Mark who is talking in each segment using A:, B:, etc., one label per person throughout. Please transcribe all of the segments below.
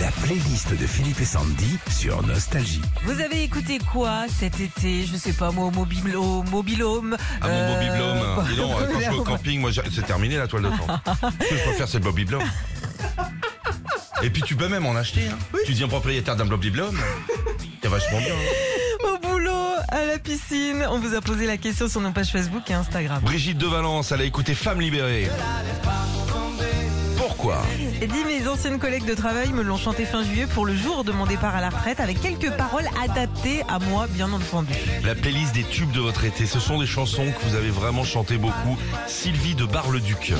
A: La playlist de Philippe et Sandy sur Nostalgie.
B: Vous avez écouté quoi cet été Je sais pas, moi, au mobile, au mobilhome.
C: Ah mon
B: euh,
C: Bobby Blom, dis donc, quand je vais au camping, moi j'ai- c'est terminé la toile de fond. Ce que je peux faire c'est le Bobby Blom. Et puis tu peux même en acheter. Hein. Tu deviens propriétaire d'un Bobby Blom. C'est vachement bien. hein.
B: Au boulot, à la piscine. On vous a posé la question sur nos pages Facebook et Instagram.
C: Brigitte de Valence, elle a écouté Femme libérée. Pourquoi
B: Et dit mes anciennes collègues de travail me l'ont chanté fin juillet pour le jour de mon départ à la retraite avec quelques paroles adaptées à moi, bien entendu.
C: La playlist des tubes de votre été, ce sont des chansons que vous avez vraiment chantées beaucoup. Sylvie de Bar-le-Duc.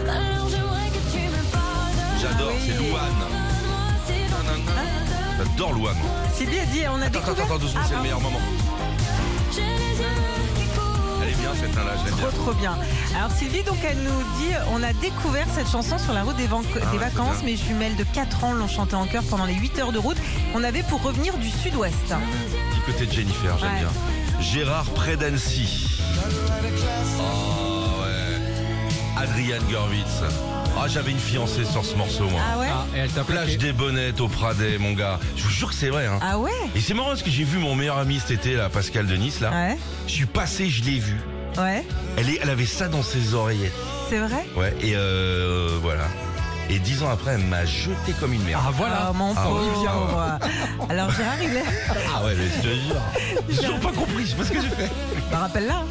D: Alors j'aimerais que tu me pardonnes.
C: J'adore, c'est Louane.
D: Pardonne-moi si l'on t'aime.
C: J'adore Louane.
B: Sylvie a dit, on a
C: Attends, attends,
B: découvert. Ah,
C: attends, deux secondes, c'est le meilleur moment.
D: J'ai les yeux qui coulent.
C: Elle est bien cette là je l'aime bien.
B: Trop trop bien. Alors Sylvie, donc elle nous dit, on a découvert cette chanson sur la route des, van- des
C: ouais,
B: vacances. Mes jumelles de 4 ans l'ont chantée en chœur pendant les 8 heures de route. On avait pour revenir du sud-ouest.
C: Petit côté de Jennifer, j'aime
B: Ouais.
C: bien. Gérard près d'Annecy. Oh, ouais. Adriane Gorwitz. Ah, j'avais une fiancée sur ce morceau, moi.
B: Ah ouais
E: Ah, et elle t'a
C: Plage
E: plaqué.
C: des bonnettes au Pradet, mon gars. Je vous jure que c'est vrai, hein.
B: Ah ouais
C: Et c'est marrant parce que j'ai vu mon meilleur ami cet été, là, Pascal de Nice, là.
B: Ouais,
C: Je suis passé, je l'ai vu.
B: ouais,
C: Elle, est, elle avait ça dans ses oreillettes.
B: c'est vrai
C: Ouais, et euh, voilà. Et dix ans après, elle m'a jeté comme une merde.
E: Ah voilà.
B: Oh, mon
C: Ah ouais.
B: pauvre. Alors Gérard, il est...
C: Ah ouais, mais je te jure. J'ai toujours pas compris, je sais pas ce que j'ai fait.
B: Bah, rappelle-la.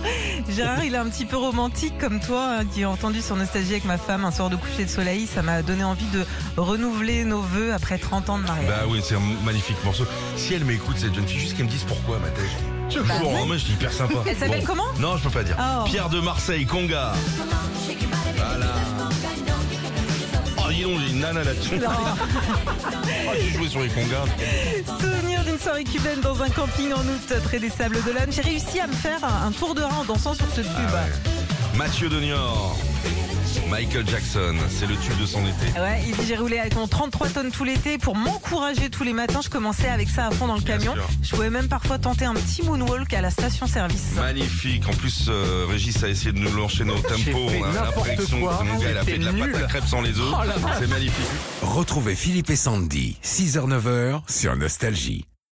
B: Gérard, il est un petit peu romantique comme toi, hein, qui a entendu sur Nostalgie avec ma femme un soir de coucher de soleil. Ça m'a donné envie de renouveler nos vœux après 30 ans de mariage.
C: Bah oui, c'est un magnifique morceau. Si elle m'écoute, cette jeune fille, juste qu'elle me dise pourquoi, ma tête. Bah Je vous en remets, je dis hyper sympa.
B: Elle s'appelle comment
C: Non, je peux pas dire.
B: Oh.
C: Pierre de Marseille, Conga. Oh, dis donc, j'ai une nana là-dessus. Oh, j'ai joué sur les Congas.
B: Souvenir d'une soirée cubaine dans un camping en août, près des Sables d'Olonne. J'ai réussi à me faire un un tour de rein en dansant sur ce tube.
C: Ah Mathieu de Niort. Michael Jackson, c'est le tube de son été.
B: Ah Ouais, il dit j'ai roulé avec mon 33 tonnes tout l'été pour m'encourager tous les matins. Je commençais avec ça à fond dans le
C: Bien
B: camion.
C: sûr.
B: Je pouvais même parfois tenter un petit moonwalk à la station-service.
C: Magnifique. En plus, euh, Régis a essayé de nous l'enchaîner au
E: J'ai
C: tempo.
E: fait
C: On a
E: n'importe
C: l'impression
E: quoi.
C: que mon gars, il a fait de la
E: C'était
C: pâte à
E: nul.
C: crêpes sans les œufs.
E: Oh la vache.
C: c'est magnifique.
A: Retrouvez Philippe et Sandy, 6h-9h sur Nostalgie.